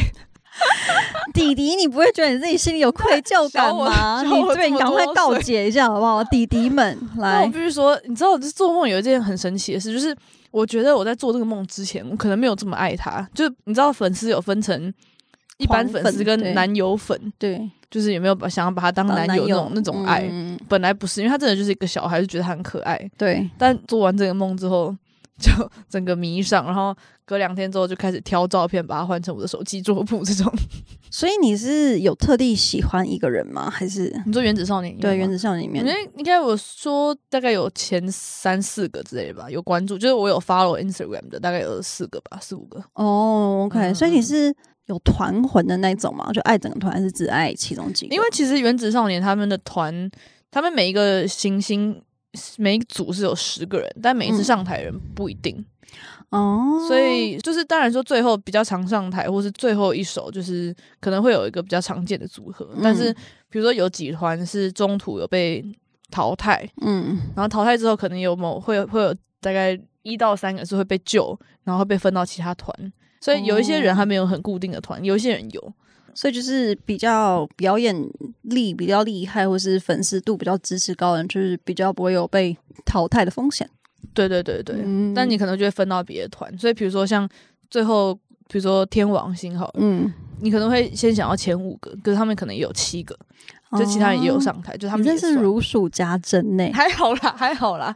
Speaker 2: 弟弟，你不会觉得你自己心里有愧疚感
Speaker 1: 小
Speaker 2: 吗？你
Speaker 1: 我
Speaker 2: 对，
Speaker 1: 小
Speaker 2: 你
Speaker 1: 我这么
Speaker 2: 赶快
Speaker 1: 多
Speaker 2: 告
Speaker 1: 岁
Speaker 2: 解一下好不好？弟弟们，
Speaker 1: 那我
Speaker 2: 来
Speaker 1: 必，须说，你知道，就是做梦有一件很神奇的事，就是我觉得我在做这个梦之前，我可能没有这么爱他。就是你知道，粉丝有分成一般
Speaker 2: 狂粉
Speaker 1: 粉丝跟
Speaker 2: 对
Speaker 1: 男友粉，
Speaker 2: 对，
Speaker 1: 就是有没有把想要把他当男友那种那种爱。
Speaker 2: 嗯
Speaker 1: 本来不是，因为他真的就是一个小孩，就觉得他很可爱。
Speaker 2: 对，
Speaker 1: 但做完这个梦之后，就 整个迷上，然后隔两天之后就开始挑照片，把它换成我的手机桌布这种。
Speaker 2: 所以你是有特地喜欢一个人吗？还是
Speaker 1: 你说原子少年
Speaker 2: 对《
Speaker 1: 原
Speaker 2: 原子少年》里
Speaker 1: 我
Speaker 2: 面
Speaker 1: 觉得？应该我说大概有前三四个之类的吧，有关注，就是我有 follow Instagram 的，大概有四个吧，四五个。
Speaker 2: 哦，OK，、
Speaker 1: 嗯
Speaker 2: 所以你是有团魂的那种吗？就爱整个团，还是只爱其中几个？
Speaker 1: 因为其实原子少年他们的团，他们每一个行星每一组是有十个人，但每一次
Speaker 2: 嗯
Speaker 1: 上台人不一定，
Speaker 2: 哦，
Speaker 1: 所以就是当然说最后比较常上台，或是最后一首就是可能会有一个比较常见的组合，但是
Speaker 2: 嗯
Speaker 1: 比如说有几团是中途有被淘汰，
Speaker 2: 嗯，
Speaker 1: 然后淘汰之后，可能有某会有会有大概一到三个是会被救，然后会被分到其他团。所以有一些人
Speaker 2: 哦
Speaker 1: 还没有很固定的团，有一些人有。
Speaker 2: 所以就是比较表演力比较厉害，或是粉丝度比较支持高的人，就是比较不会有被淘汰的风险。
Speaker 1: 对对对对，
Speaker 2: 嗯
Speaker 1: 但你可能就会分到别的团。所以比如说像最后，比如说天王星好了，
Speaker 2: 嗯
Speaker 1: 你可能会先想要前五个，可是他们可能也有七个，嗯就其他人也有上台，就他
Speaker 2: 哦你
Speaker 1: 们
Speaker 2: 真
Speaker 1: 也
Speaker 2: 是
Speaker 1: 算
Speaker 2: 如数家珍呢、
Speaker 1: 还好啦，还好啦，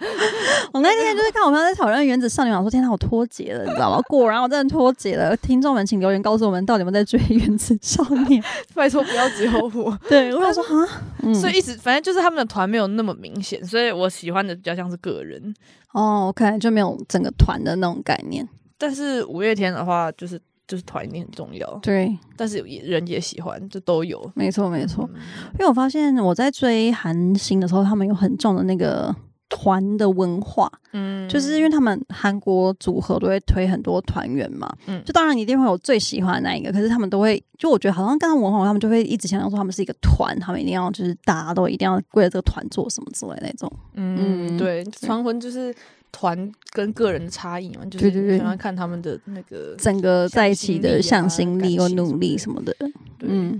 Speaker 2: 我那天就是看我朋友在讨论《原子少年》，我说天哪，我脱节了，你知道吗？果然我真的脱节了。听众们，请留言告诉我们，到底有没有在追 《原子少年》
Speaker 1: 拜托不要只有我。
Speaker 2: 对，我想说哈，嗯，
Speaker 1: 所以一直反正就是他们的团没有那么明显，所以我喜欢的比较像是个人。
Speaker 2: 哦，OK，就没有整个团的那种概念。
Speaker 1: 但是五月天的话，就是就是团一定很重要，
Speaker 2: 对，
Speaker 1: 但是也人也喜欢，就都有。
Speaker 2: 没错，没错。
Speaker 1: 嗯
Speaker 2: 因为我发现我在追韩星的时候，他们有很重的那个团的文化，
Speaker 1: 嗯
Speaker 2: 就是因为他们韩国组合都会推很多团员嘛，
Speaker 1: 嗯
Speaker 2: 就当然一定会有最喜欢的那一个，可是他们都会，就我觉得好像跟他们文化，他们就会一直强调说他们是一个团，他们一定要就是大家都一定要为了这个团做什么之类的那种。嗯
Speaker 1: 嗯，对，传魂就是团跟个人的差异嘛，就
Speaker 2: 对对对
Speaker 1: 是想要看他们的那个。
Speaker 2: 整个在一起的向
Speaker 1: 向
Speaker 2: 心
Speaker 1: 心
Speaker 2: 力
Speaker 1: 力啊
Speaker 2: 或
Speaker 1: 感情
Speaker 2: 努力什么的，
Speaker 1: 对
Speaker 2: 嗯，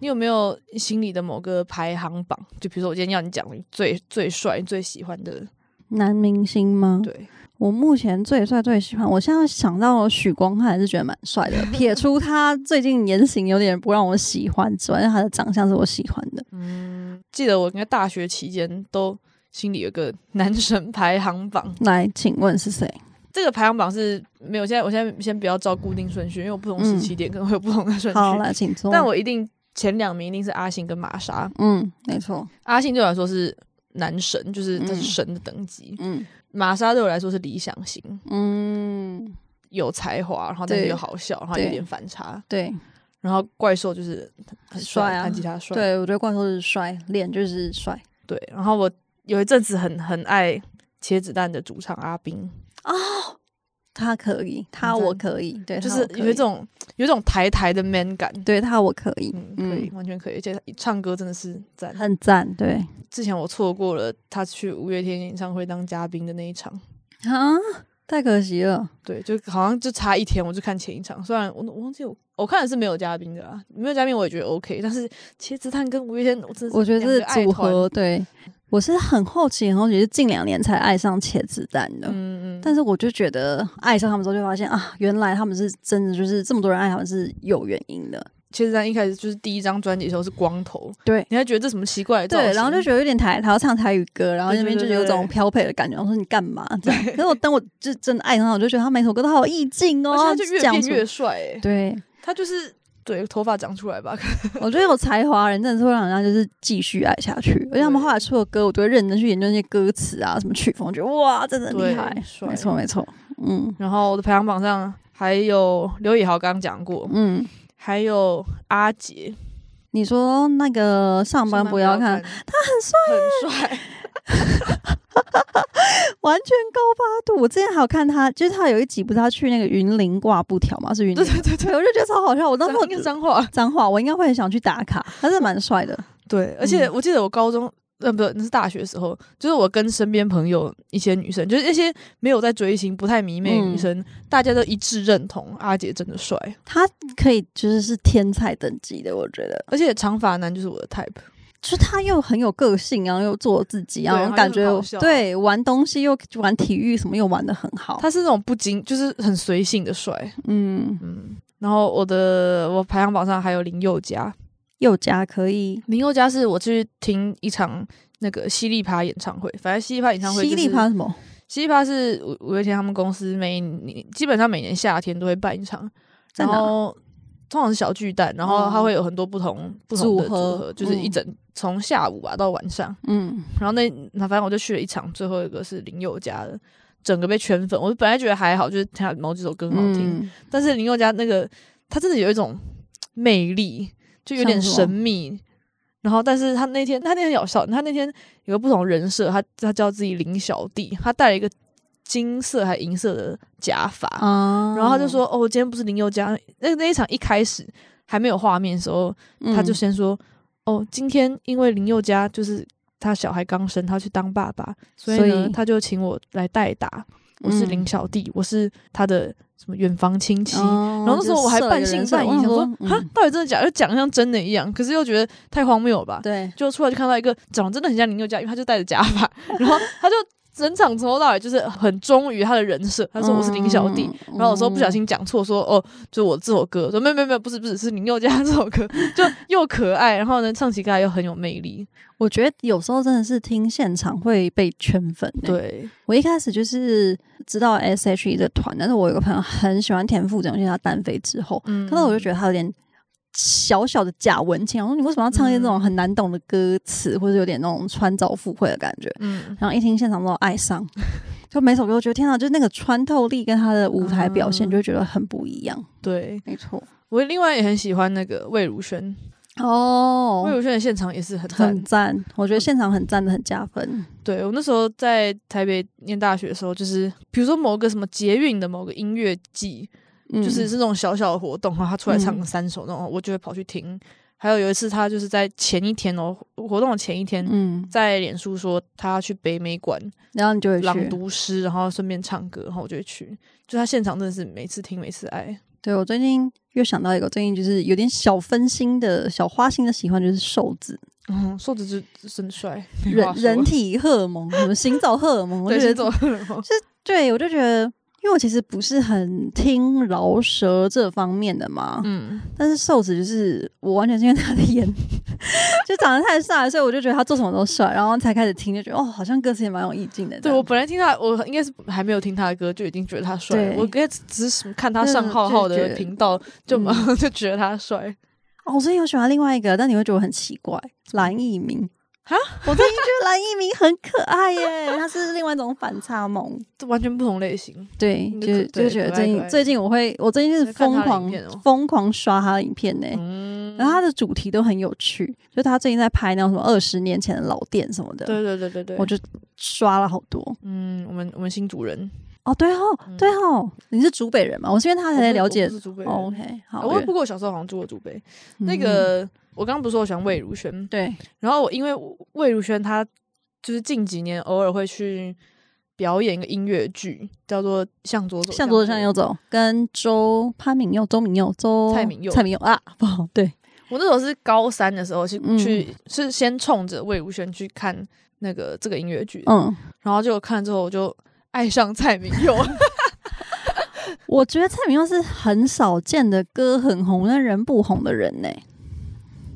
Speaker 1: 你有没有心里的某个排行榜？就比如说我今天要你讲你最最帅、最喜欢的，
Speaker 2: 男明星吗？
Speaker 1: 对，
Speaker 2: 我目前最帅最喜欢，我现在想到许光汉还是觉得蛮帅的， 撇除他最近言行有点不让我喜欢之外，他的长相是我喜欢的。
Speaker 1: 嗯，记得我应该大学期间都心里有个 男神排行榜，
Speaker 2: 来，请问是谁？
Speaker 1: 这个排行榜是没有。现在我现在先不要照固定顺序，因为我不同时期点可能会有不同的顺序。
Speaker 2: 嗯好，来，请坐。
Speaker 1: 但我一定前两名一定是阿信跟玛莎。
Speaker 2: 嗯，没错，
Speaker 1: 阿信对我来说是男神，就是他
Speaker 2: 嗯
Speaker 1: 是神的等级。
Speaker 2: 嗯
Speaker 1: 玛莎对我来说是理想型，
Speaker 2: 嗯，
Speaker 1: 有才华，然后但是
Speaker 2: 对
Speaker 1: 又好笑，然后有
Speaker 2: 对
Speaker 1: 点反差。
Speaker 2: 对
Speaker 1: 然后怪兽就是很
Speaker 2: 帅啊
Speaker 1: 弹吉他帅。
Speaker 2: 对，我觉得怪兽是帅，脸就是帅
Speaker 1: 对，然后我有一阵子很很爱茄子蛋的主唱阿斌，
Speaker 2: 哦，他可以，他
Speaker 1: 很赞
Speaker 2: 我可以，对，
Speaker 1: 就
Speaker 2: 他
Speaker 1: 是
Speaker 2: 我可以
Speaker 1: 有一种有一种台台的 man 感。
Speaker 2: 对他我可以，
Speaker 1: 嗯，可以，完全可以，而且他唱歌真的是赞。
Speaker 2: 很赞，对
Speaker 1: 之前我错过了他去五月天演唱会当嘉宾的那一场，
Speaker 2: 啊，太可惜了，
Speaker 1: 对，就好像就差一天，我就看前一场。虽然我我忘记我我看的是没有嘉宾的啦，没有嘉宾我也觉得 OK，但是茄子蛋跟五月天，我真的是
Speaker 2: 我觉得
Speaker 1: 两个
Speaker 2: 这
Speaker 1: 爱
Speaker 2: 组
Speaker 1: 团，
Speaker 2: 合对我是很好奇，很好奇，是近两年才爱上茄子蛋的。
Speaker 1: 嗯嗯，
Speaker 2: 但是我就觉得爱上他们之后，就发现啊，原来他们是真的，就是这么多人爱他们是有原因的。
Speaker 1: 茄子蛋一开始就是第一张专辑的时候是光头，
Speaker 2: 对，
Speaker 1: 你还觉得这什么奇怪的造型？
Speaker 2: 对，然后就觉得有点台，他要唱台语歌，然后那边就
Speaker 1: 对对对
Speaker 2: 有一种
Speaker 1: 对
Speaker 2: 飘配的感觉。我说你干嘛这样？可是我当我就真的爱上他，我就觉得他每首歌都好有意境
Speaker 1: 而且
Speaker 2: 哦，
Speaker 1: 他就越
Speaker 2: 讲
Speaker 1: 变
Speaker 2: 出
Speaker 1: 越帅、欸，
Speaker 2: 对。
Speaker 1: 他就是对头发长出来吧，
Speaker 2: 我觉得有才华的人真的是会让人家就是继续爱下去。而且他们后来出的歌，我都会认真去研究那些歌词啊，什么曲风，我觉得哇，真的很厉
Speaker 1: 对
Speaker 2: 害。
Speaker 1: 帅
Speaker 2: 没错，没错，嗯
Speaker 1: 然后我的排行榜上还有刘以豪刚刚讲过，
Speaker 2: 嗯。
Speaker 1: 还有阿杰，
Speaker 2: 你说那个上班不要看，，
Speaker 1: 他很
Speaker 2: 啊
Speaker 1: 帅，很帅，
Speaker 2: 完全高八度。我之前还有看他，就是他有一集不是他去那个云林挂布条嘛，是云林，
Speaker 1: 对对对对，
Speaker 2: 对，我就觉得超好笑。我当时
Speaker 1: 那个脏话，
Speaker 2: 脏话，我应该会很想去打卡，还是蛮帅的。
Speaker 1: 对，而
Speaker 2: 嗯
Speaker 1: 且我记得我高中。呃，不，那是大学的时候，就是我跟身边朋友一些女生，就是一些没有在追星、不太迷妹
Speaker 2: 嗯
Speaker 1: 的女生，大家都一致认同阿杰真的帅，
Speaker 2: 他可以就是是天才等级的，我觉得，
Speaker 1: 而且长发男就是我的 type。
Speaker 2: 就是他又很有个性，然后又做自己，然
Speaker 1: 对
Speaker 2: 后感觉
Speaker 1: 然后又很好笑啊
Speaker 2: 对玩东西又玩体育什么又玩的很好。
Speaker 1: 他是那种不经，就是很随性的帅。
Speaker 2: 嗯，
Speaker 1: 嗯，然后我的我排行榜上还有林宥嘉，
Speaker 2: 又加可以，
Speaker 1: 林宥嘉是我去听一场那个犀利趴演唱会，反正犀利趴演唱会、
Speaker 2: 犀利趴，什么？
Speaker 1: 犀利趴是五五月天他们公司每年基本上每年夏天都会办一场，
Speaker 2: 在
Speaker 1: 然
Speaker 2: 哪？哦
Speaker 1: 后通常是小巨蛋，然后它会有很多不同、不同的组
Speaker 2: 组合
Speaker 1: 合，就是一
Speaker 2: 嗯
Speaker 1: 整从下午吧到晚上，
Speaker 2: 嗯，
Speaker 1: 然后那那反正我就去了一场，最后一个是林宥嘉的。整个被圈粉，我本来觉得还好，就是他某几首歌很好听，
Speaker 2: 嗯
Speaker 1: 但是林宥嘉那个他真的有一种魅力，就有点
Speaker 2: 像什么
Speaker 1: 神秘。然后，但是他那天他那天有笑，他那天有个不同人设，他他叫自己林小弟，他戴了一个金色还银色的假发，
Speaker 2: 啊
Speaker 1: 然后他就，说：“哦，我今天不是林宥嘉。”那那一场一开始还没有画面的时候，
Speaker 2: 嗯
Speaker 1: 他就先说：“哦，今天因为林宥嘉就是他小孩刚生，他去当爸爸，所以呢，
Speaker 2: 所以
Speaker 1: 他就请我来代打。我是
Speaker 2: 嗯
Speaker 1: 林小弟，我是他的什么远房亲戚。
Speaker 2: 哦
Speaker 1: 然后那时候我还
Speaker 2: 就设了一
Speaker 1: 半
Speaker 2: 个
Speaker 1: 信
Speaker 2: 人设
Speaker 1: 半疑，
Speaker 2: 我
Speaker 1: 想说
Speaker 2: 嗯
Speaker 1: 哈，到底真的假的？就讲得像真的一样，可是又觉得太荒谬了吧。
Speaker 2: 对，
Speaker 1: 就出来就看到一个长得真的很像林宥嘉，因为他就戴着假发，然后他就整场从头到尾就是很忠于他的人设。他说我是林小弟，
Speaker 2: 嗯
Speaker 1: 然后我说不小心讲错，说哦，就我这首歌，说没有没有没有，不是不是，是林宥嘉这首歌，就又可爱，然后呢唱起歌来又很有魅力。
Speaker 2: 我觉得有时候真的是听现场会被圈粉、欸。，
Speaker 1: 对，
Speaker 2: 我一开始就是知道 S.H.E 的团，但是我有个朋友很喜欢田馥甄，而且他单飞之后，
Speaker 1: 嗯
Speaker 2: 可是我就觉得他有点小小的假文青，我说你为什么要唱一些这种很难懂的歌词，或者有点那种穿凿附会的感觉？
Speaker 1: 嗯，
Speaker 2: 然后一听现场之后爱上， 就每首歌我觉得天哪，就是那个穿透力跟他的舞台表现，
Speaker 1: 嗯
Speaker 2: 就会觉得很不一样。
Speaker 1: 对
Speaker 2: 没错，
Speaker 1: 我另外也很喜欢那个魏如萱，
Speaker 2: 哦
Speaker 1: 魏，如萱的现场也是很赞
Speaker 2: 很。赞，我觉得现场很赞的，很加分。
Speaker 1: 对我那时候在台北念大学的时候，就是比如说某个什么捷运的某个音乐季，
Speaker 2: 嗯
Speaker 1: 就是是那种小小的活动，然后他出来唱
Speaker 2: 嗯
Speaker 1: 三首那种，我就会跑去听。还有有一次，他就是在前一天哦，活动的前一天，
Speaker 2: 嗯，
Speaker 1: 在脸书说他要去北美馆
Speaker 2: 然后你就会
Speaker 1: 朗
Speaker 2: 去。
Speaker 1: 读诗，然后顺便唱歌，然后我就会去。就他现场真的是每次听每次爱，
Speaker 2: 对我最近又想到一个，最近就是有点小分心的小花心的喜欢，就是瘦子，
Speaker 1: 嗯，瘦子就真帅，没
Speaker 2: 人
Speaker 1: 话说
Speaker 2: 人体荷尔蒙，什 么行走荷尔蒙，我
Speaker 1: 对
Speaker 2: 就觉
Speaker 1: 行
Speaker 2: 得
Speaker 1: 走荷 尔蒙
Speaker 2: 对，我就觉得，因为我其实不是很听饶舌这方面的嘛，
Speaker 1: 嗯，
Speaker 2: 但是瘦子就是我完全是因为他的颜， 就长得太帅，所以我就觉得他做什么都帅，然后才开始听，就觉得哦，好像歌词也蛮有意境的这
Speaker 1: 对
Speaker 2: 样。
Speaker 1: 我本来听他，我应该是还没有听他的歌，就已经觉得他帅了。
Speaker 2: 对嗯
Speaker 1: 我该只是看他
Speaker 2: 就是
Speaker 1: 上浩浩
Speaker 2: 就是
Speaker 1: 的
Speaker 2: 觉得
Speaker 1: 频道， 就马上就觉得他帅。
Speaker 2: 哦，我最近有喜欢另外一个，但你会觉得我很奇怪，蓝奕明
Speaker 1: 哈，
Speaker 2: 我最近觉得蓝奕明很可爱耶，他是另外一种反差萌。
Speaker 1: 这完全不同类型，
Speaker 2: 对，
Speaker 1: 你
Speaker 2: 就
Speaker 1: 可
Speaker 2: 就
Speaker 1: 对
Speaker 2: 觉得
Speaker 1: 可爱
Speaker 2: 最
Speaker 1: 可爱
Speaker 2: 近最近我会，我最近是
Speaker 1: 在看他的
Speaker 2: 疯
Speaker 1: 影
Speaker 2: 狂
Speaker 1: 片哦
Speaker 2: 疯狂刷他的影片呢。
Speaker 1: 嗯，
Speaker 2: 然后他的主题都很有趣，就他最近在拍那种什么二十年前的老店什么的，
Speaker 1: 对对对对对，
Speaker 2: 我就刷了好多。
Speaker 1: 嗯，我们我们新主人，
Speaker 2: 哦，对哦，对哦，你是竹北人吗？我是因为他才在了
Speaker 1: 嗯我
Speaker 2: 解
Speaker 1: 不。是祖北人。啊
Speaker 2: 哦 OK，好，
Speaker 1: 我
Speaker 2: 对
Speaker 1: 不过我小时候好像住过祖北。那
Speaker 2: 嗯
Speaker 1: 个我刚刚不是说我喜欢魏如萱，
Speaker 2: 对，
Speaker 1: 然后我因为魏如萱她就是近几年偶尔会去表演一个音乐剧，叫做《向左走》，
Speaker 2: 向左走向右。走，跟周潘敏佑、周敏佑、周
Speaker 1: 蔡敏佑
Speaker 2: 蔡敏佑啊，不好，对，
Speaker 1: 我那时候是高三的时候去
Speaker 2: 嗯
Speaker 1: 去、是先冲着魏如萱去看那个这个音乐剧，
Speaker 2: 嗯，
Speaker 1: 然后就看之后我就爱上蔡明 佑，
Speaker 2: 我觉得蔡敏佑是很少见的歌很红但人不红的人呢。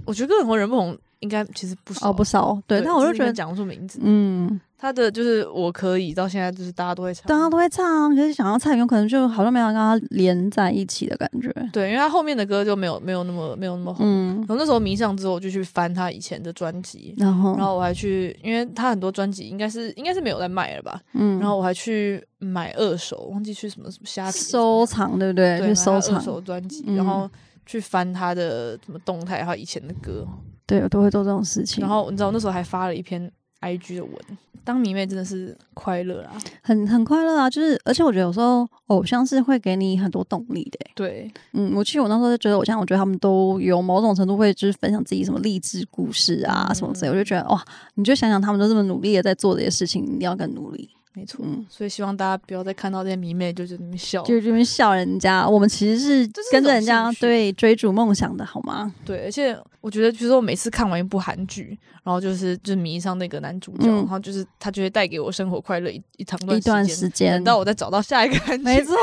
Speaker 1: 我觉得跟很多人不红应该其实不少
Speaker 2: 哦，不少，对，但我就
Speaker 1: 只是
Speaker 2: 觉
Speaker 1: 没
Speaker 2: 得，
Speaker 1: 讲不出名字，
Speaker 2: 嗯，
Speaker 1: 他的就是我可以到现在就是大家都会唱，
Speaker 2: 大家都会唱，可是想要蔡明，可能就好像没有跟他连在一起的感觉。
Speaker 1: 对，因为他后面的歌就没有没有那么没有那么红。
Speaker 2: 嗯哦
Speaker 1: 然，后那时候迷上之后，我就去翻他以前的专辑，
Speaker 2: 然后，
Speaker 1: 然后我还去，因为他很多专辑应该是应该是没有在卖了吧，
Speaker 2: 嗯，
Speaker 1: 然后我还去买二手，忘记去什么什么虾皮
Speaker 2: 收藏，对不对？
Speaker 1: 对
Speaker 2: 去
Speaker 1: 买
Speaker 2: 收
Speaker 1: 他二
Speaker 2: 藏，
Speaker 1: 手专辑，
Speaker 2: 嗯
Speaker 1: 然后去翻他的什么动态，还有以前的歌，
Speaker 2: 对我都会做这种事情，
Speaker 1: 然后你知道那时候还发了一篇 IG 的文，当迷妹真的是快乐啦，
Speaker 2: 很很快乐啊。就是，而且我觉得有时候偶像是会给你很多动力的欸、
Speaker 1: 对，
Speaker 2: 嗯，我其实我那时候就觉得偶像，我觉得他们都有某种程度会就是分享自己什么励志故事啊
Speaker 1: 嗯
Speaker 2: 什么之类，我就觉得哇，你就想想他们都这么努力的在做这些事情，你一定要更努力。
Speaker 1: 没错，
Speaker 2: 嗯，
Speaker 1: 所以希望大家不要再看到这些迷妹就是那么笑，
Speaker 2: 就是这边笑人家，我们其实是
Speaker 1: 哦这是一
Speaker 2: 跟着
Speaker 1: 种
Speaker 2: 人家
Speaker 1: 兴趣
Speaker 2: 对追逐梦想的好吗？
Speaker 1: 对，而且我觉得，就是我每次看完一部韩剧，然后就是就迷上那个男主角，
Speaker 2: 嗯
Speaker 1: 然后就是他就会带给我生活快乐一一长
Speaker 2: 一段
Speaker 1: 时
Speaker 2: 时间
Speaker 1: 等，到我再找到下一个韩剧，
Speaker 2: 没错，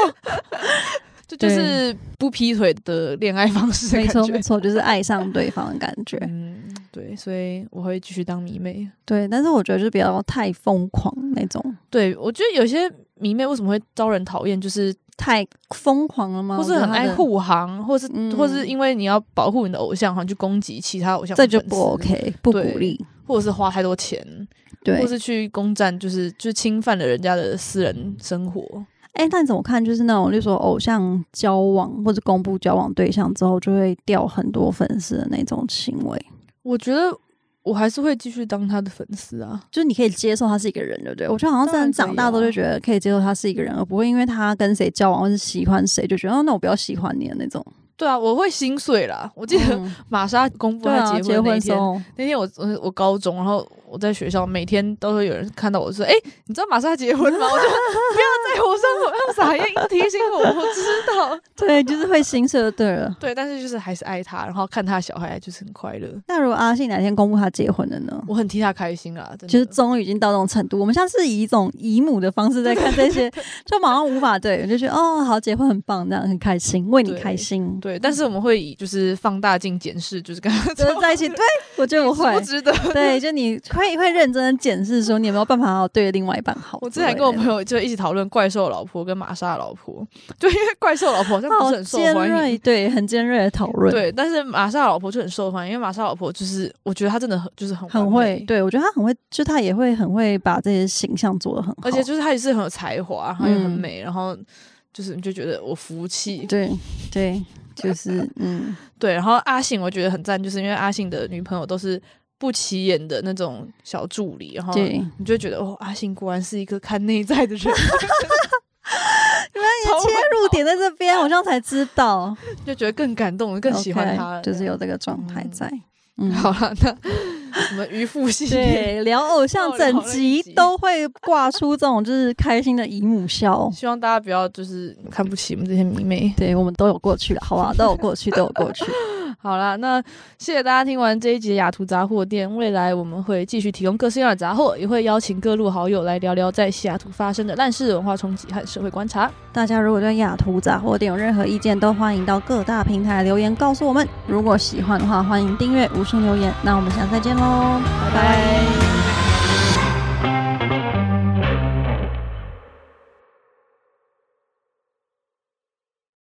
Speaker 1: 这就是不劈腿的恋爱方式的
Speaker 2: 没
Speaker 1: 感
Speaker 2: 错，没
Speaker 1: 觉。
Speaker 2: 错，就是爱上对方的感觉。
Speaker 1: 嗯，对，所以我会继续当迷妹。
Speaker 2: 对，但是我觉得就是不要太疯狂那种，
Speaker 1: 对，我觉得有些迷妹为什么会招人讨厌，就是
Speaker 2: 太疯狂了吗？
Speaker 1: 或是很爱
Speaker 2: 护，
Speaker 1: 护航，或是、
Speaker 2: 嗯
Speaker 1: 或是因为你要保护你的偶像，然后去攻击其他偶像，
Speaker 2: 这就不，OK，不鼓励。
Speaker 1: 或者是花太多钱，
Speaker 2: 对
Speaker 1: 或，是去攻占，就是就是侵犯了人家的私人生活。
Speaker 2: 哎，那你怎么看？就是那种，例如说偶像交往或者公布交往对象之后，就会掉很多粉丝的那种行为，
Speaker 1: 我觉得我还是会继续当他的粉丝啊。
Speaker 2: 就是你可以接受他是一个人，对不对？我觉得好
Speaker 1: 当
Speaker 2: 像真
Speaker 1: 然可以
Speaker 2: 的长大之后
Speaker 1: 啊
Speaker 2: 就觉得可以接受他是一个人，而不会因为他跟谁交往或是喜欢谁就觉得哦，那我不要喜欢你的那 种。
Speaker 1: 对啊，我会心碎啦。我记得
Speaker 2: 嗯
Speaker 1: 玛莎公布
Speaker 2: 对
Speaker 1: 她
Speaker 2: 啊，
Speaker 1: 结
Speaker 2: 结
Speaker 1: 婚那一
Speaker 2: 婚时
Speaker 1: 天，
Speaker 2: 候，
Speaker 1: 那天我我我高中，然后我在学校每天都会有人看到我说：“哎、你知道玛莎结婚吗？”我就不要在我上头用撒盐提醒我，我知道。
Speaker 2: 对，就是会心碎就对了。
Speaker 1: 对，但是就是还是爱他，然后看他小孩就是很快乐，
Speaker 2: 那如果阿信哪天公布他结婚了呢？
Speaker 1: 我很替他开心啊，真的。
Speaker 2: 就是终于已经到那种程度，我们像是以一种姨母的方式在看这些，就马上无法对，我就觉得哦，好，结婚很棒，这样很开心，为你
Speaker 1: 对
Speaker 2: 开心，
Speaker 1: 对，但是我们会以就是放大镜检视，就是跟他
Speaker 2: 就是在一起。对，我觉得 我会
Speaker 1: 不，值得。
Speaker 2: 对，就你会会认真地检视说你有没有办法好好对另外一半好之类的。
Speaker 1: 我之前跟我朋友就一起讨论怪兽老婆跟玛莎老婆，就因为怪兽老婆好像不
Speaker 2: 好
Speaker 1: 是很受
Speaker 2: 尖
Speaker 1: 欢迎
Speaker 2: 锐，，对，很尖锐的讨论，，
Speaker 1: 对，但是玛莎老婆就很受欢迎，因为玛莎老婆就是我觉得她真的很就是很
Speaker 2: 很
Speaker 1: 完
Speaker 2: 会，
Speaker 1: 美，
Speaker 2: 对我觉得他很会，就他也会很会把这些形象做得很好，
Speaker 1: 而且就是她也是很有才华，然后也很
Speaker 2: 嗯
Speaker 1: 美，然后就是你就觉得我服气。
Speaker 2: 对对，就是嗯，
Speaker 1: 对，然后阿信我觉得很赞，就是因为阿信的女朋友都是不起眼的那种小助理，然后
Speaker 2: 对，
Speaker 1: 你就会觉得哦，阿信果然是一个看内在的 人，
Speaker 2: 你们
Speaker 1: 超
Speaker 2: 切
Speaker 1: 会
Speaker 2: 入点在这边，我这样才知道，
Speaker 1: 就觉得更感动，更喜欢
Speaker 2: OK，
Speaker 1: 他了。
Speaker 2: 就是有这个状态
Speaker 1: 嗯
Speaker 2: 在，嗯。
Speaker 1: 好了，那 我们渔夫系列，
Speaker 2: 对，聊偶像整集都会挂出这种就是开心的姨母笑。
Speaker 1: 希望大家不要就是看不起我们这些迷妹。
Speaker 2: 对，我们都有过去了，好不好？都有过去，都有过去。
Speaker 1: 好啦，那谢谢大家听完这一集的雅图杂货店。未来我们会继续提供各式各样的杂货，也会邀请各路好友来聊聊在西雅图发生的烂事、文化冲击和社会观察。
Speaker 2: 大家如果对雅图杂货店有任何意见，都欢迎到各大平台留言告诉我们。如果喜欢的话，欢迎订阅、五星留言。那我们下次再见喽，拜拜